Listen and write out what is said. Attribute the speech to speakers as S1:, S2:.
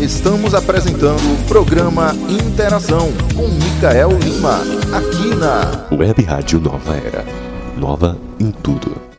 S1: Estamos apresentando o programa Interação com Micael Lima, aqui na
S2: Web Rádio Nova Era. Nova em tudo.